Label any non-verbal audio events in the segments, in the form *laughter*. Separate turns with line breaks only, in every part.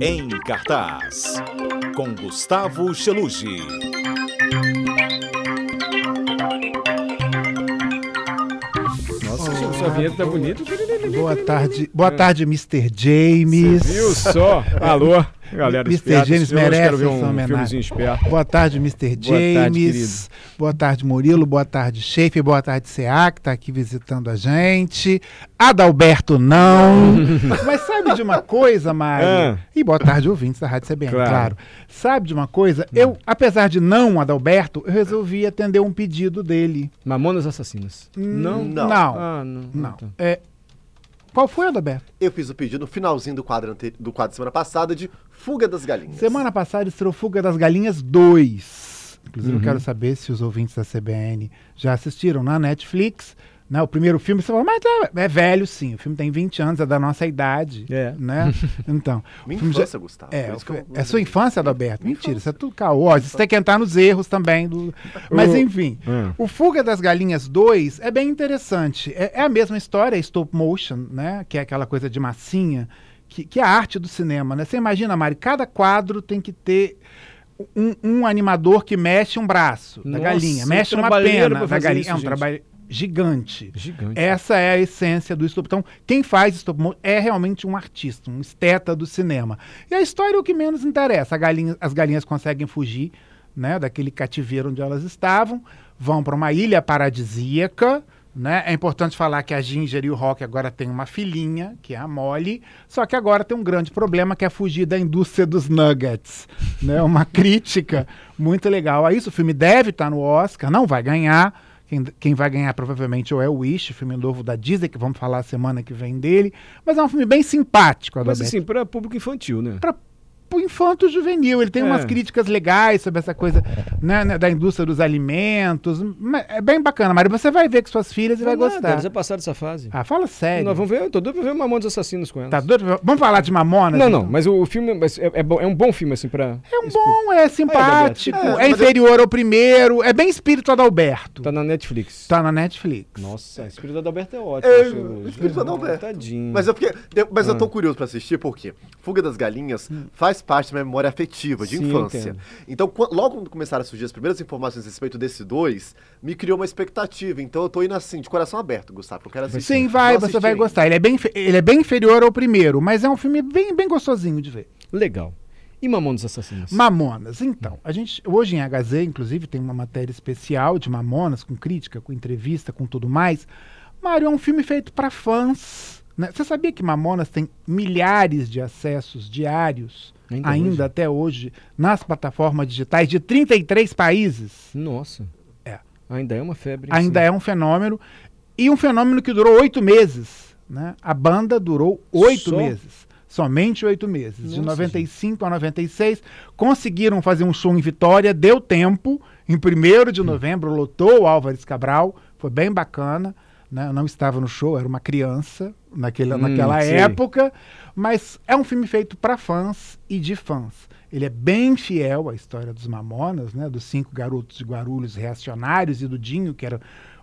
Em cartaz, com Gustavo Chelucci.
Nossa, gente, sua vinheta tá bonita.
Boa tarde, boa tarde, Mr. James.
Viu só? Alô, galera
Mr.
espiada,
James
senhores,
merece
quero ver
essa
um
homenagem.
filmezinho esperto.
Boa tarde,
Boa
Mr.
tarde,
James. Boa tarde, Murilo. Boa tarde, Schaefer. Boa tarde, CA, que está aqui visitando a gente. Adalberto, não.
*laughs*
Mas sabe de uma coisa, Mário?
Ah.
E boa tarde, ouvintes da Rádio CBN,
Claro.
claro. Sabe de uma coisa? Eu, apesar de não, Adalberto, eu resolvi atender um pedido dele.
Mamonas Assassinas. Hum, Não?
Não.
Ah, não.
Não.
Tá.
É, qual foi, Adalberto?
Eu fiz o pedido no finalzinho do quadro, ante- do quadro semana passada de Fuga das Galinhas.
Semana passada estreou Fuga das Galinhas 2. Inclusive, eu quero saber se os ouvintes da CBN já assistiram na Netflix. Né, o primeiro filme, você fala, mas é, é velho sim, o filme tem 20 anos, é da nossa idade.
É.
Né? Então, o
Minha
filme já-
infância, Gustavo.
É,
Por isso que eu-
é sua infância, Adalberto?
Minha
Mentira,
infância.
isso é tudo caô. Você tem que entrar nos erros também. do- Mas
O-
enfim,
Ah.
Hum.
o Fuga das Galinhas 2 é bem interessante. É, é a mesma história, é stop motion, né? Que é aquela coisa de massinha, que, que é a arte do cinema, né? Você imagina, Mari, cada quadro tem que ter um, um animador que mexe um braço da
Nossa,
galinha,
um
mexe uma
trabalheiro pra
pena da
fazer
galinha.
isso,
é um
gente.
trabalho gigante.
Gigante.
Essa é a essência do stop. Então, quem faz stop motion é realmente um artista, um esteta do cinema. E a história é o que menos interessa. A galinha- as galinhas conseguem fugir né, daquele cativeiro onde elas estavam, vão para uma ilha paradisíaca. Né? É importante falar que a Ginger e o Rock agora têm uma filhinha, que é a Molly, só que agora tem um grande problema que é fugir da indústria dos nuggets. Né? Uma *laughs* crítica muito legal a isso. O filme deve estar no Oscar, não vai ganhar, quem, quem vai ganhar provavelmente ou é o Wish, o filme novo da Disney, que vamos falar semana que vem dele. Mas é um filme bem simpático,
Mas
Adalberto.
assim, pra público infantil, né?
Pra- pro infanto juvenil. Ele tem
É.
umas críticas legais sobre essa coisa né, né, da indústria dos alimentos. Mas É bem bacana, Mário. Você vai ver com suas filhas e vai
Não,
gostar.
Eles já passaram dessa fase.
Ah, fala sério.
Nós vamos ver, eu tô doido pra ver Mamonas Assassinas com elas.
Tá doido? Vamos falar de Mamonas?
Não,
então?
não, mas o filme mas é, é bom- é um bom filme, assim, pra...
É um bom, é simpático,
Adalberto. É,
é,
mas
inferior ao primeiro, é bem espírito Adalberto.
Tá
Tá,
na Netflix.
na Netflix.
Nossa, Espírito Adalberto é ótimo.
É,
Celso.
Espírito Adalberto.
Tadinho.
Hum.
é-
Mas eu fiquei. de- Mas eu tô
Ah.
curioso pra assistir, porque Fuga das Galinhas
Hum.
faz parte da minha memória afetiva, de
Sim,
infância.
entendo.
Então, quan- logo quando começaram a surgir as primeiras informações a respeito desse dois, me criou uma expectativa. Então eu tô indo assim, de coração aberto, Gustavo. Eu quero assistir.
Sim, vai,
Não
você
assisti
vai
ainda.
gostar. Ele é, bem, fe- ele é bem inferior ao primeiro, mas é um filme bem, bem gostosinho de ver.
Legal. E Mamonas Assassinas?
Mamonas, então. A gente, hoje em HZ, inclusive, tem uma matéria especial de Mamonas, com crítica, com entrevista, com tudo mais. Mário é um filme feito para fãs. né? Você sabia que Mamonas tem milhares de acessos diários,
Ainda
ainda,
hoje?
até hoje, nas plataformas digitais de 33 países?
Nossa.
É.
Ainda é uma febre.
ainda é um fenômeno. E um fenômeno que durou oito meses. Né? A banda durou oito
Só?
meses. Somente oito meses. de
Nossa,
95 a 96. Conseguiram fazer um show em Vitória, deu tempo. Em 1
Hum.
de novembro, lotou o Álvares Cabral. Foi bem bacana. Né? Eu não estava no show, era uma criança naquele,
Hum,
Tá naquela
sei.
época. Mas é um filme feito para fãs e de fãs. Ele é bem fiel à história dos Mamonas, né? Dos cinco garotos de Guarulhos reacionários e do Dinho, que era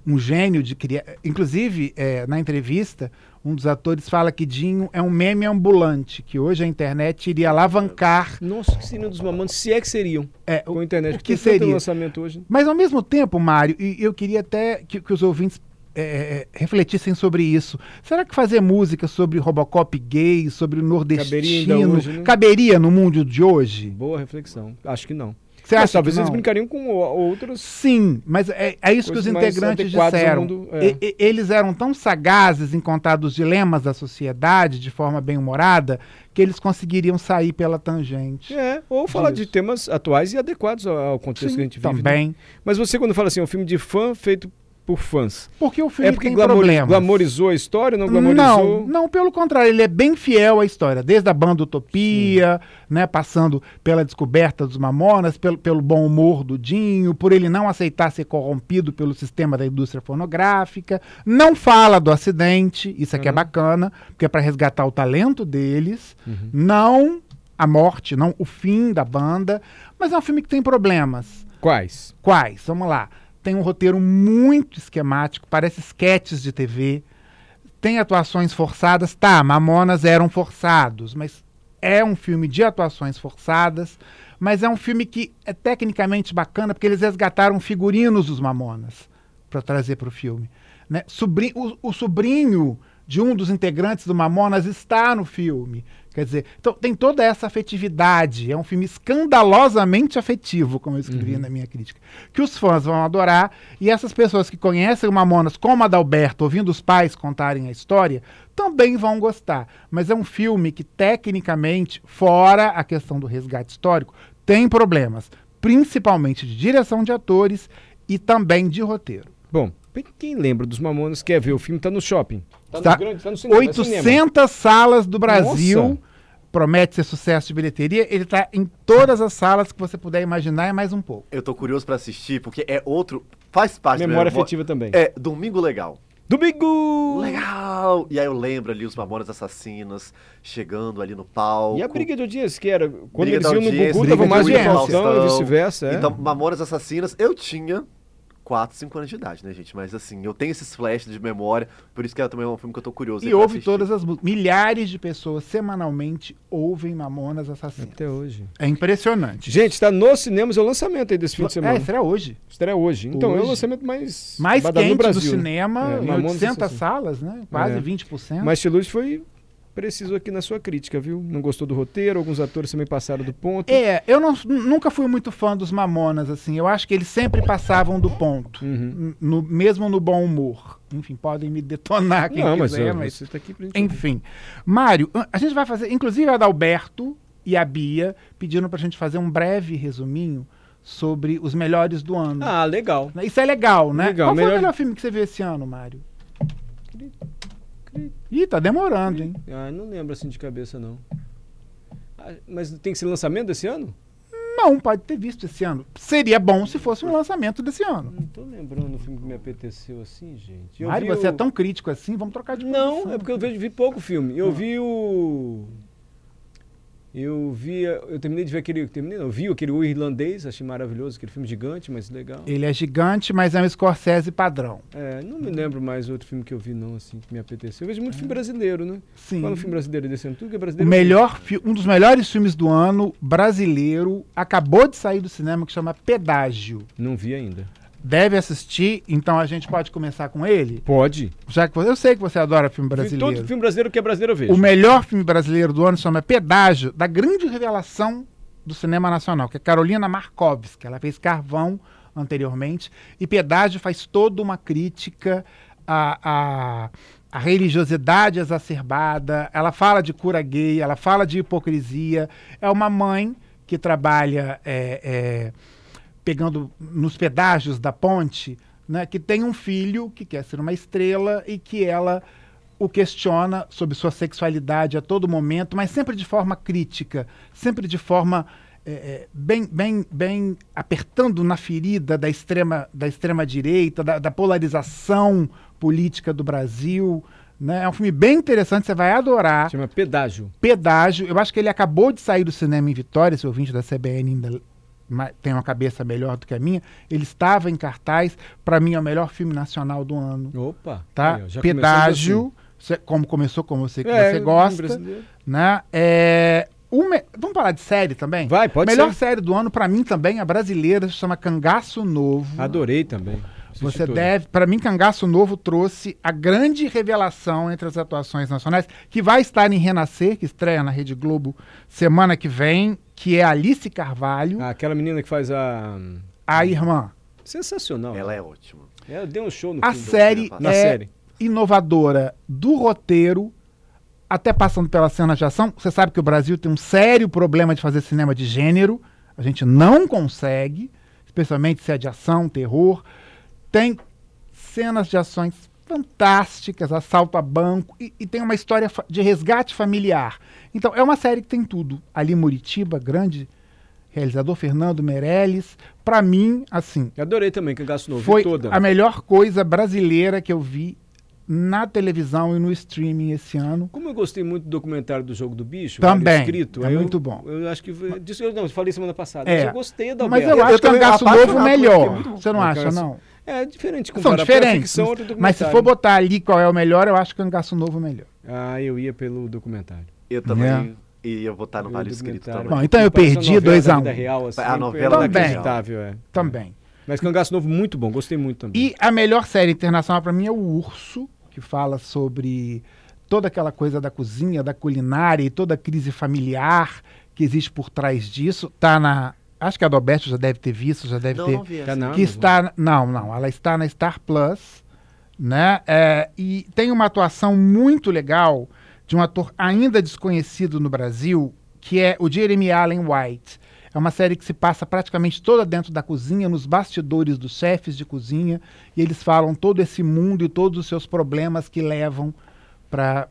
um gênio de criar. Inclusive, eh, na entrevista, um dos atores fala que Dinho é um meme ambulante, que hoje a internet iria alavancar.
Nossa, que seriam dos mamonas, se é que seriam.
eh,
Com a internet.
o
porque
que
tem tanto
seria?
lançamento hoje.
Mas ao mesmo tempo, Mário, e eu queria até que, que os ouvintes eh, refletissem sobre isso. Será que fazer música sobre Robocop gay, sobre o
Caberia ainda
nordestino,
hoje, né?
caberia no mundo de hoje?
Boa reflexão. Acho que não.
Você
Mas
acha
talvez
que
eles
não?
brincariam com o- outros.
Sim, mas é, é isso que
Coisas
os
mais
integrantes
adequadas ao
disseram.
mundo, é.
E- e- eles eram tão sagazes em contar dos dilemas da sociedade de forma bem humorada que eles conseguiriam sair pela tangente.
É, ou falar de
Disso.
temas atuais e adequados ao- ao contexto que a gente vive. né?
também.
Mas você, quando fala assim, é um filme de fã feito por fãs.
Porque o filme
É porque
tem
glamori-
problemas.
glamorizou a história, não glamorizou?
Não, não, pelo contrário, ele é bem fiel à história, desde a banda Utopia, né, passando pela descoberta dos mamonas, pelo, pelo bom humor do Dinho, por ele não aceitar ser corrompido pelo sistema da indústria fonográfica, não fala do acidente, isso aqui é
Uhum.
bacana, porque é para resgatar o talento deles,
Uhum.
não a morte, não o fim da banda, mas é um filme que tem problemas.
Quais?
Quais? Vamos lá. Tem um roteiro muito esquemático, parece sketches de TV. Tem atuações forçadas, tá, Mamonas eram forçados, mas é um filme de atuações forçadas, mas é um filme que é tecnicamente bacana porque eles resgataram figurinos dos Mamonas para trazer para o filme. Né? Sobri- o, o sobrinho de um dos integrantes do Mamonas está no filme. Quer dizer, então tem toda essa afetividade. É um filme escandalosamente afetivo, como eu escrevi na minha crítica. Que os fãs vão adorar. E essas pessoas que conhecem o Mamonas, como a Dalberto, ouvindo os pais contarem a história, também vão gostar. Mas é um filme que, tecnicamente, fora a questão do resgate histórico, tem problemas. Principalmente de direção de atores e também de roteiro.
Bom, bem que quem lembra dos Mamonas quer ver o filme, tá no shopping. Tá,
Tá.
no grande, tá no cinema. é cinema.
800 salas do Brasil.
Nossa.
Promete ser sucesso de bilheteria. Ele tá em todas as salas que você puder imaginar e mais um pouco.
Eu tô curioso pra assistir, porque é outro. Faz parte da
Memória
minha memó-
afetiva também.
É, Domingo Legal.
Domingo!
Legal! E aí eu lembro ali os Mamonas Assassinas chegando ali no palco.
E a briga é de audiência, que era quando
Briga
eles
da
iam no
audiência,
Gugu,
briga
tava
de
mais de
audiência.
Faustão e
Faustão.
vice-versa. é.
Então, Mamonas Assassinas, eu tinha 4, 5 anos de idade, né, gente? Mas assim, eu tenho esses flashes de memória, por isso que é também um filme que eu tô curioso. aí
E
pra
ouve
assistir.
todas as músicas. Milhares de pessoas semanalmente ouvem Mamonas Assassinas.
Até hoje.
É impressionante.
Gente, tá nos cinemas, é o lançamento aí desse fim de semana.
É, será hoje.
Estreia hoje. Então, é o
Hoje.
lançamento mais
Mais
badalado
quente
no Brasil,
do
né?
cinema,
É,
em
Mamonas
800
Assassinas.
salas, né? Quase
É.
20%.
Mas Chiluz foi preciso aqui na sua crítica, viu? Não gostou do roteiro, alguns atores também passaram do ponto.
É, eu não- nunca fui muito fã dos Mamonas, assim. Eu acho que eles sempre passavam do ponto.
Uhum.
N- no- mesmo no bom humor. Enfim, podem me detonar quem
Não, mas,
quiser,
eu-
mas...
você tá aqui pra gente...
Enfim. Mário, a- a gente vai fazer... Inclusive, a Adalberto e a Bia pediram pra gente fazer um breve resuminho sobre os melhores do ano.
Ah, legal.
Isso é legal, né?
Legal,
Qual foi
melhor-
o melhor filme que você viu esse ano, Mário? Ih, tá demorando, hein?
Ah, não lembro assim de cabeça, não. Ah, mas tem que ser lançamento desse ano?
Não, pode ter visto esse ano. Seria bom se fosse um lançamento desse ano.
Não tô lembrando do filme que me apeteceu assim, gente. Eu
Mário,
vi
você
o-
é tão crítico assim, vamos trocar de
Não,
posição.
é porque eu vejo- vi pouco filme.
Ah.
Eu vi o... Eu vi... Eu terminei de ver aquele... Terminei, não, eu vi aquele O Irlandês, achei maravilhoso, aquele filme gigante, mas legal.
Ele é gigante, mas é um Scorsese padrão.
É, não me lembro mais outro filme que eu vi, não, assim, que me apeteceu. Eu vejo muito filme brasileiro, né?
É. Sim.
Fala um filme brasileiro desse ano, tudo que é
O
brasileiro.
melhor fi- um dos melhores filmes do ano brasileiro acabou de sair do cinema que chama Pedágio.
Não vi ainda.
Deve assistir, então a gente pode começar com ele,
Pode.
já que vo- eu sei que você adora filme brasileiro.
Todo filme brasileiro que é brasileiro eu vejo.
O melhor filme brasileiro do ano chama Pedágio, da grande revelação do cinema nacional, que é Carolina Markovski. Ela fez Carvão anteriormente. E Pedágio faz toda uma crítica à, à, à religiosidade exacerbada. Ela fala de cura gay, ela fala de hipocrisia. É uma mãe que trabalha. é, é, pegando nos pedágios da ponte, né, que tem um filho que quer ser uma estrela e que ela o questiona sobre sua sexualidade a todo momento, mas sempre de forma crítica, sempre de forma é, é, bem, bem, bem apertando na ferida da extrema, da extrema direita, da, da polarização política do Brasil. Né? É um filme bem interessante, você vai adorar.
Chama Pedágio.
Pedágio. Eu acho que ele acabou de sair do cinema em Vitória, se o ouvinte da CBN ainda ma- tem uma cabeça melhor do que a minha. Ele estava em cartaz. Para mim, é o melhor filme nacional do ano.
Opa.
Tá?
Aí, ó, já
Pedágio. cê- como começou, como eu sei que
começou assim. É,
você
um
gosta.
brasileiro.
Né? É, o me- Vamos falar de série também?
Vai, pode
melhor
ser.
série do ano, para mim também, é a brasileira, se chama Cangaço Novo.
Adorei também. Assisti
Você é
todo.
deve. Para mim, Cangaço Novo trouxe a grande revelação entre as atuações nacionais, que vai estar em Renascer, que estreia na Rede Globo semana que vem, que é Alice Carvalho,
Ah, aquela menina que faz a... hum,
a irmã.
Sensacional.
Ela é ótima.
Ela deu um show no
A
filme.
série
Na
é
série.
inovadora do roteiro, até passando pela cena de ação. Você sabe que o Brasil tem um sério problema de fazer cinema de gênero. A gente não consegue, especialmente se é de ação, terror. Tem cenas de ações fantásticas, assalto a banco, e, e tem uma história fa- de resgate familiar. Então, é uma série que tem tudo. Ali Muritiba, grande realizador, Fernando Meirelles. Para mim, assim,
Eu Adorei também, que eu gasto novo. vi
foi
toda.
a melhor coisa brasileira que eu vi na televisão e no streaming esse ano.
Como eu gostei muito do documentário do Jogo do Bicho,
Também,
Mário escrito,
é
eu-
muito bom.
Eu acho que. foi- Disso eu não falei semana passada.
É.
mas eu gostei da
Mas
Alberto.
eu acho que
também
Cangaço
apaixonado
Novo
por ele,
melhor.
porque é muito
Você não
É,
acha,
Cangaço-
não?
É diferente
São
comparar a
diferentes.
ficção outro
Mas se
documentário.
for botar ali qual é o melhor, eu acho que Cangaço Novo é o melhor.
Ah, eu ia pelo documentário.
Eu também
É.
ia votar no
Pelo
Vale Escrito
documentário.
também.
Bom, então eu
Parece
perdi
a novela
2 a
da
1.
vida real, assim,
A
foi
novela
da vida
inacreditável, é.
Também.
Mas Cangaço Novo, muito bom, gostei muito também.
E a melhor série internacional pra mim é O Urso, que fala sobre toda aquela coisa da cozinha, da culinária e toda a crise familiar que existe por trás disso. Tá na. Acho que a Adalberto já deve ter visto, já deve
Não,
ter.
não vi
Tá
essa.
na
que
Amazon.
está. Não, não. Ela está na Star Plus, né? É, e tem uma atuação muito legal de um ator ainda desconhecido no Brasil, que é o Jeremy Allen White. É uma série que se passa praticamente toda dentro da cozinha, nos bastidores dos chefes de cozinha, e eles falam todo esse mundo e todos os seus problemas que levam para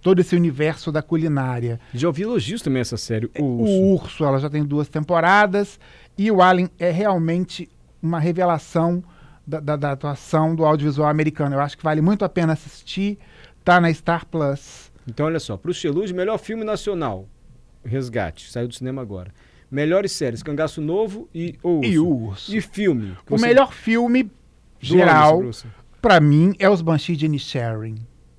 todo esse universo da culinária.
Já ouvi elogios também a essa série,
É,
O Urso.
O Urso, ela já tem duas temporadas. E o Alien é realmente uma revelação da, da- da atuação do audiovisual americano. Eu acho que vale muito a pena assistir. Tá na Star Plus.
Então, olha só, pro Chelude, melhor filme nacional, Resgate, saiu do cinema agora. Melhores séries, Cangaço Novo e O Urso.
E o Urso.
E filme. que
o
você-
melhor filme
Do ano,
geral,
Bruce.
pra mim, é Os Banshees de Inisherin.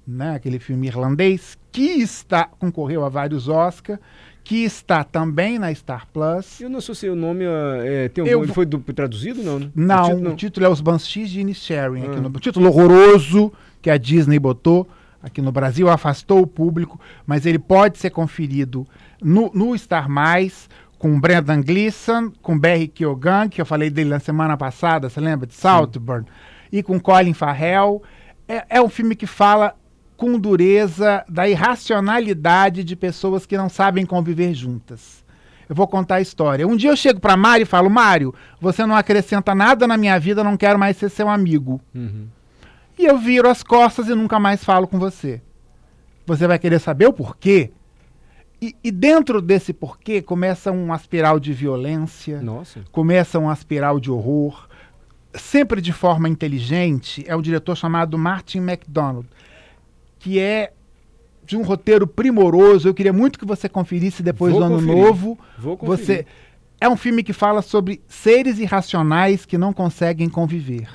Né? Aquele filme irlandês que está concorreu a vários Oscar, que está também na Star Plus.
Eu não associei o nome, ah, é, tem um
Eu
nome,
vou-
foi du- traduzido, não? né?
Não,
O
o
título
título,
não.
é Os Banshees de Inisherin. aqui
Ah.
no- O título horroroso que a Disney botou aqui no Brasil, afastou o público, mas ele pode ser conferido no, no Star Mais, com Brendan Gleeson, com Barry Keoghan, que eu falei dele na semana passada, você lembra? De Saltburn. E com Colin Farrell. É, é um filme que fala com dureza da irracionalidade de pessoas que não sabem conviver juntas. Eu vou contar a história. Um dia eu chego pra Mário e falo: Mário, você não acrescenta nada na minha vida, eu não quero mais ser seu amigo.
Uhum.
E eu viro as costas e nunca mais falo com você. Você vai querer saber o porquê? E, e dentro desse porquê começa uma espiral de violência
Nossa.
começa uma espiral de horror, sempre de forma inteligente, é um diretor chamado Martin McDonald, que é de um roteiro primoroso. Eu queria muito que você conferisse depois
Vou
do Ano
conferir.
Novo.
Vou conferir.
Você é um filme que fala sobre seres irracionais que não conseguem conviver.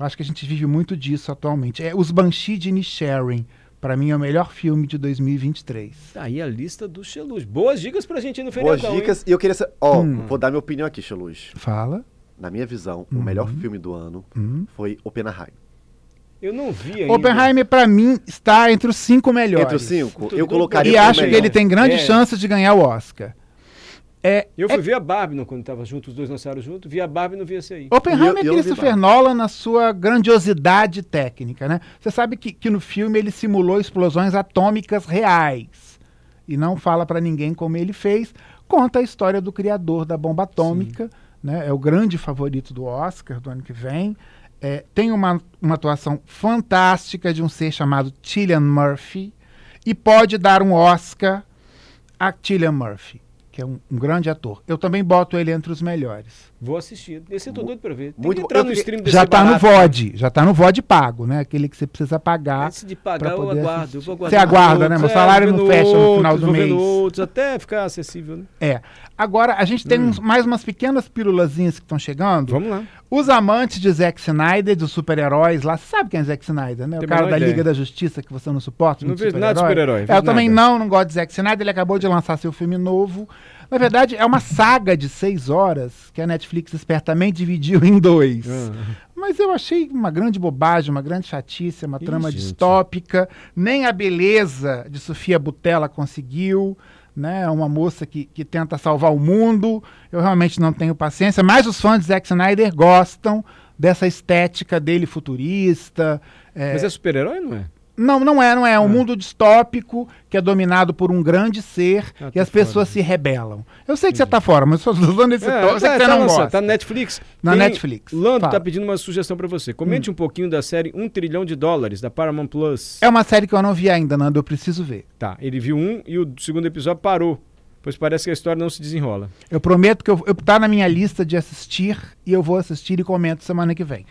Eu acho que a gente vive muito disso atualmente. É Os Banshees de Inisherin, para mim é o melhor filme de 2023.
Tá aí a lista do Chelude. Boas dicas pra gente ir no
Boas
feriadão, hein?
dicas. E eu queria saber. Ó,
Hum.
vou dar minha opinião aqui, Xeluz.
Fala.
Na minha visão, o melhor filme do ano
Hum.
foi Oppenheim.
Eu não vi ainda.
Oppenheimer, para mim, está entre os cinco melhores.
Entre os cinco,
Tudo
eu
bem.
colocaria.
E
Cara, eu
acho
também.
que ele tem grande
É.
chance de ganhar o Oscar. É,
Eu fui ver a Barbie não, quando tava junto, os dois lançaram junto, vi a Barbie e não vi esse aí.
Oppenheimer
E
é
eu- e eu
Christopher
vi
Nolan na sua grandiosidade técnica, né? Você sabe que, que no filme ele simulou explosões atômicas reais. E não fala pra ninguém como ele fez. Conta a história do criador da bomba atômica, né? É o grande favorito do Oscar do ano que vem. É, tem uma, uma atuação fantástica de um ser chamado Cillian Murphy. E pode dar um Oscar a Cillian Murphy, que é um- um grande ator. Eu também boto ele entre os melhores.
Vou assistir. Esse eu tô doido pra ver. Tem
Muito
que
bom.
entrar
Eu
no
fiquei-
stream desse
já tá no
barato.
VOD, já tá no VOD pago, né? Aquele que você precisa pagar.
Antes de pagar, eu
Tá? poder
aguardo. eu
assistir.
vou
Você
aguardar
aguarda,
outros,
né? Meu
é,
salário
vou
não
vendo
fecha no final
outros,
do
vou vendo
mês.
outros, até ficar acessível, né?
É. Agora, a gente tem uns- mais umas pequenas pirulazinhas que estão chegando.
Hum. Vamos lá.
Os amantes de Zack Snyder, dos super-heróis lá, você sabe quem é Zack Snyder, né?
Tem a
o cara
menor
da
ideia.
Liga da Justiça que você não suporta.
Não
muito
vejo nada de super-herói,
É, eu
vejo
também
nada.
não, não gosto de Zack Snyder. Ele acabou de lançar seu filme novo. Na verdade, é uma saga de seis horas que a Netflix espertamente dividiu em dois.
Ah. É.
Mas eu achei uma grande bobagem, uma grande chatice, uma
Ih,
trama
gente.
distópica. Nem a beleza de Sofia Butella conseguiu. Né? Uma moça que, que tenta salvar o mundo. Eu realmente não tenho paciência. Mas os fãs de Zack Snyder gostam dessa estética dele futurista. é,
Mas é super-herói, não é?
Não, não é, não é. É um mundo distópico que é dominado por um grande ser
Ah,
e
tô
as pessoas
fora.
se rebelam. Eu sei que você tá fora, mas eu estou usando esse
É,
tom. Eu sei que
tá,
você
tá
não
lançado,
gosta.
tá na Netflix.
Na Netflix.
Lando
Fala. Hum.
tá pedindo uma sugestão pra você. Comente um pouquinho da série Um Trilhão de Dólares, da Paramount Plus.
É uma série que eu não vi ainda, Nando. Eu preciso ver.
Tá, ele viu um e o segundo episódio parou, pois parece que a história não se desenrola.
Eu prometo que eu, eu tá na minha lista de assistir e eu vou assistir e comento semana que vem.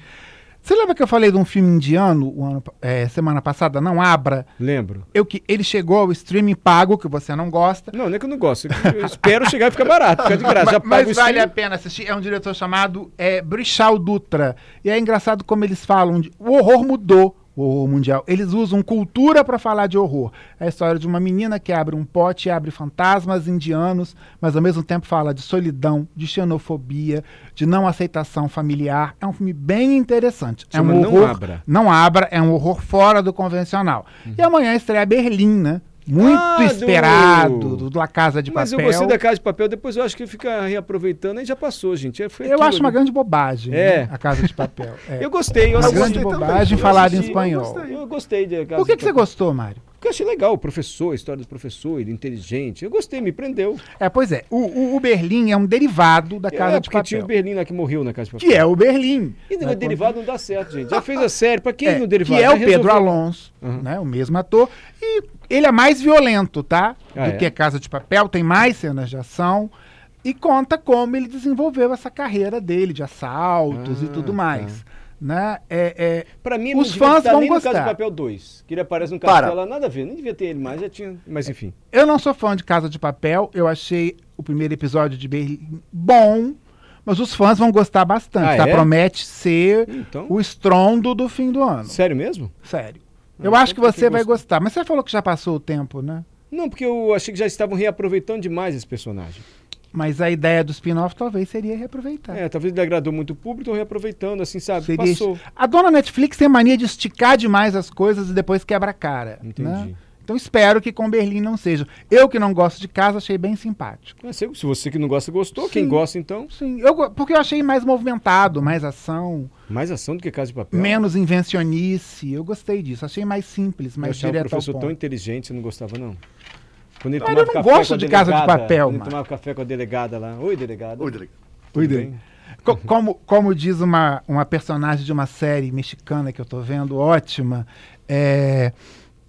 Você lembra que eu falei de um filme indiano o ano pa- é, semana passada? Não, Abra.
Lembro.
Eu que ele chegou ao streaming pago, que você não gosta.
Não, não é que eu não gosto. Eu eu espero *laughs* chegar e ficar barato,
*laughs*
ficar de graça. Já
Ma- Mas,
pago o
vale a
streaming.
pena assistir. É um diretor chamado é, Brishal Dutra. E é engraçado como eles falam. de- o horror mudou, o horror mundial. Eles usam cultura pra falar de horror. É a história de uma menina que abre um pote, abre fantasmas indianos, mas ao mesmo tempo fala de solidão, de xenofobia, de não aceitação familiar. É um filme bem interessante. é
Chama
um
Não
horror.
Abra. Uhum.
Não abra, é um horror fora do convencional. E amanhã estreia Berlim, né? Muito
Ah, do-
esperado, do, do La Casa de
Mas eu
Papel.
gostei da Casa de Papel, depois eu acho que fica reaproveitando, aí já passou, gente. É, foi
Eu
aquilo
acho uma
ali.
grande bobagem,
É.
né, a Casa
*laughs*
de Papel. É.
Eu gostei, eu
uma
assisti.
grande
gostei também.
bobagem
Eu
falada em
assisti, eu
espanhol.
gostei, Eu gostei de Casa
Por que,
de
que você
Papel.
gostou, Mário?
Porque eu achei legal o professor, a história do professor, ele inteligente. Eu gostei, me prendeu.
É, pois é, o, o- o Berlim é um derivado da Casa
é,
de
porque tinha
Papel.
o Berlim lá que morreu na Casa de Papel.
Que é o Berlim.
E
né,
o derivado não dá certo, gente. Já
*laughs*
fez a série. Pra quem
É,
no derivado?
que é
Já
o Pedro
resolveu.
Alonso,
Uhum.
né? O mesmo ator. E ele é mais violento, tá?
Ah,
do
é?
que Casa de Papel, tem mais cenas de ação. E conta como ele desenvolveu essa carreira dele, de assaltos e
Ah,
tudo
tá.
mais. Né? É, é,
Pra mim,
Os
não devia
fãs
estar
vão
nem no Casa
gostar.
de Papel 2, que ele aparece no
Para.
castelo lá, nada a ver. Nem devia ter ele mais, já tinha... Mas enfim.
Eu não sou fã de Casa de Papel. Eu achei o primeiro episódio de Berlim bom, mas os fãs vão gostar bastante.
Ah,
tá?
é?
Promete ser
Então,
o estrondo do fim do ano.
sério mesmo?
Sério.
Ah,
Eu
então
acho que
por que
você vai
gostou?
gostar. Mas você falou que já passou o tempo, né?
Não, porque eu achei que já estavam reaproveitando demais esse personagem.
Mas a ideia do spin-off talvez seria reaproveitar.
É, talvez ele agradou muito o público, estão reaproveitando, assim, sabe?
Seria
Passou.
A dona Netflix tem mania de esticar demais as coisas e depois quebra a cara. né?
Entendi.
Então espero que com Berlim não seja. Eu que não gosto de casa, achei bem simpático.
Mas Se se você que não gosta, gostou. Quem
Sim.
gosta, então,
Sim, eu, go- porque eu achei mais movimentado, mais ação,
mais ação do que Casa de Papel.
menos invencionice. Eu gostei disso. Achei mais simples,
Eu
mais
achava o
direto ao
professor tão
ponto.
inteligente, você não gostava, não? Quando ele
Mas eu não gosto de Casa de Papel,
Quando ele
mano.
tomava café com a delegada lá. Oi, delegada.
Ô, Drake,
Tudo
Oi,
bem?
Co- como, como diz uma, uma personagem de uma série mexicana que eu tô vendo, ótima, é,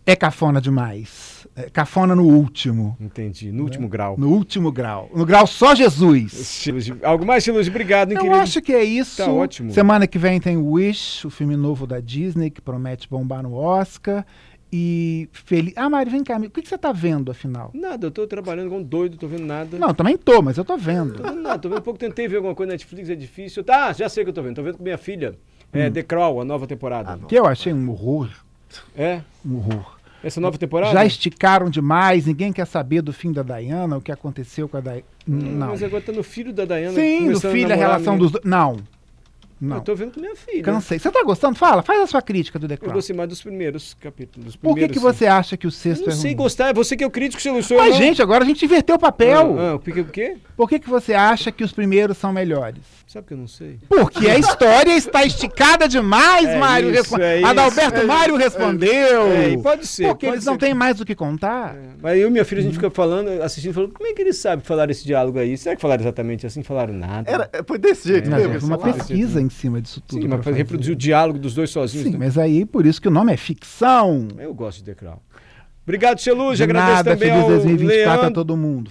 é cafona demais. É cafona no último.
Entendi. No último grau.
Né? No último grau. No grau só Jesus.
Chilugi- Algo mais, Chilugi? Obrigado, hein,
Eu
querido?
acho que é isso.
Tá ótimo.
Semana que vem tem Wish, o filme novo da Disney, que promete bombar no Oscar. E feliz. Ah, Mário, vem cá, amigo. O que, que você tá vendo, afinal?
Nada, eu tô trabalhando igual um doido, tô vendo nada.
Não, eu também tô, mas eu tô vendo.
Tô vendo nada, tô vendo pouco. Tentei ver alguma coisa na Netflix, é difícil. Tá, já sei o que eu tô vendo. Tô vendo com minha filha.
Hum.
É, The Crawl, a nova temporada.
Ah, não.
Que eu achei um horror.
É?
Um horror.
Essa nova temporada?
Já esticaram demais, ninguém quer saber do fim da Diana, o que aconteceu com a Diana. Não.
Mas agora tá no filho da Dayana.
Sim, do filho, a relação dos dois. Não. Não.
Eu tô vendo com minha filha.
Cansei. Você tá gostando? Fala, faz a sua crítica do
Eu
Declan.
gostei mais dos primeiros capítulos. Dos
Por que,
primeiros,
que
sim.
você acha que o
Eu
sexto
não
é ruim?
sei gostar, é você que é o crítico, você não sou
Mas,
não.
gente, agora a gente inverteu o papel.
Ah, ah, o que, o quê?
Por que, que você acha que os primeiros são melhores?
Sabe que eu não sei?
Porque a história está esticada
*laughs*
demais,
É
Mário.
isso,
respon-
é
Adalberto
isso, é
Mário respondeu.
É, e pode ser.
Porque
pode
eles
ser.
não têm Uhum. mais o que contar.
É, Mas eu e minha filha, a gente fica falando, assistindo, falando, como é que eles sabem que falaram esse diálogo aí? Será que falaram exatamente assim? Falaram nada.
Era, é, foi desse jeito
Mas
mesmo.
houve
sei
uma
lá.
pesquisa em cima disso tudo.
né? Sim,
pra
mas
fazer.
reproduzir o diálogo dos dois sozinhos.
Sim,
né?
mas aí por isso que o nome é ficção.
Eu gosto de The Crown. Obrigado, Cheluja.
De
Agradeço
nada,
também
feliz
ao
2024
Leandro.
a todo mundo.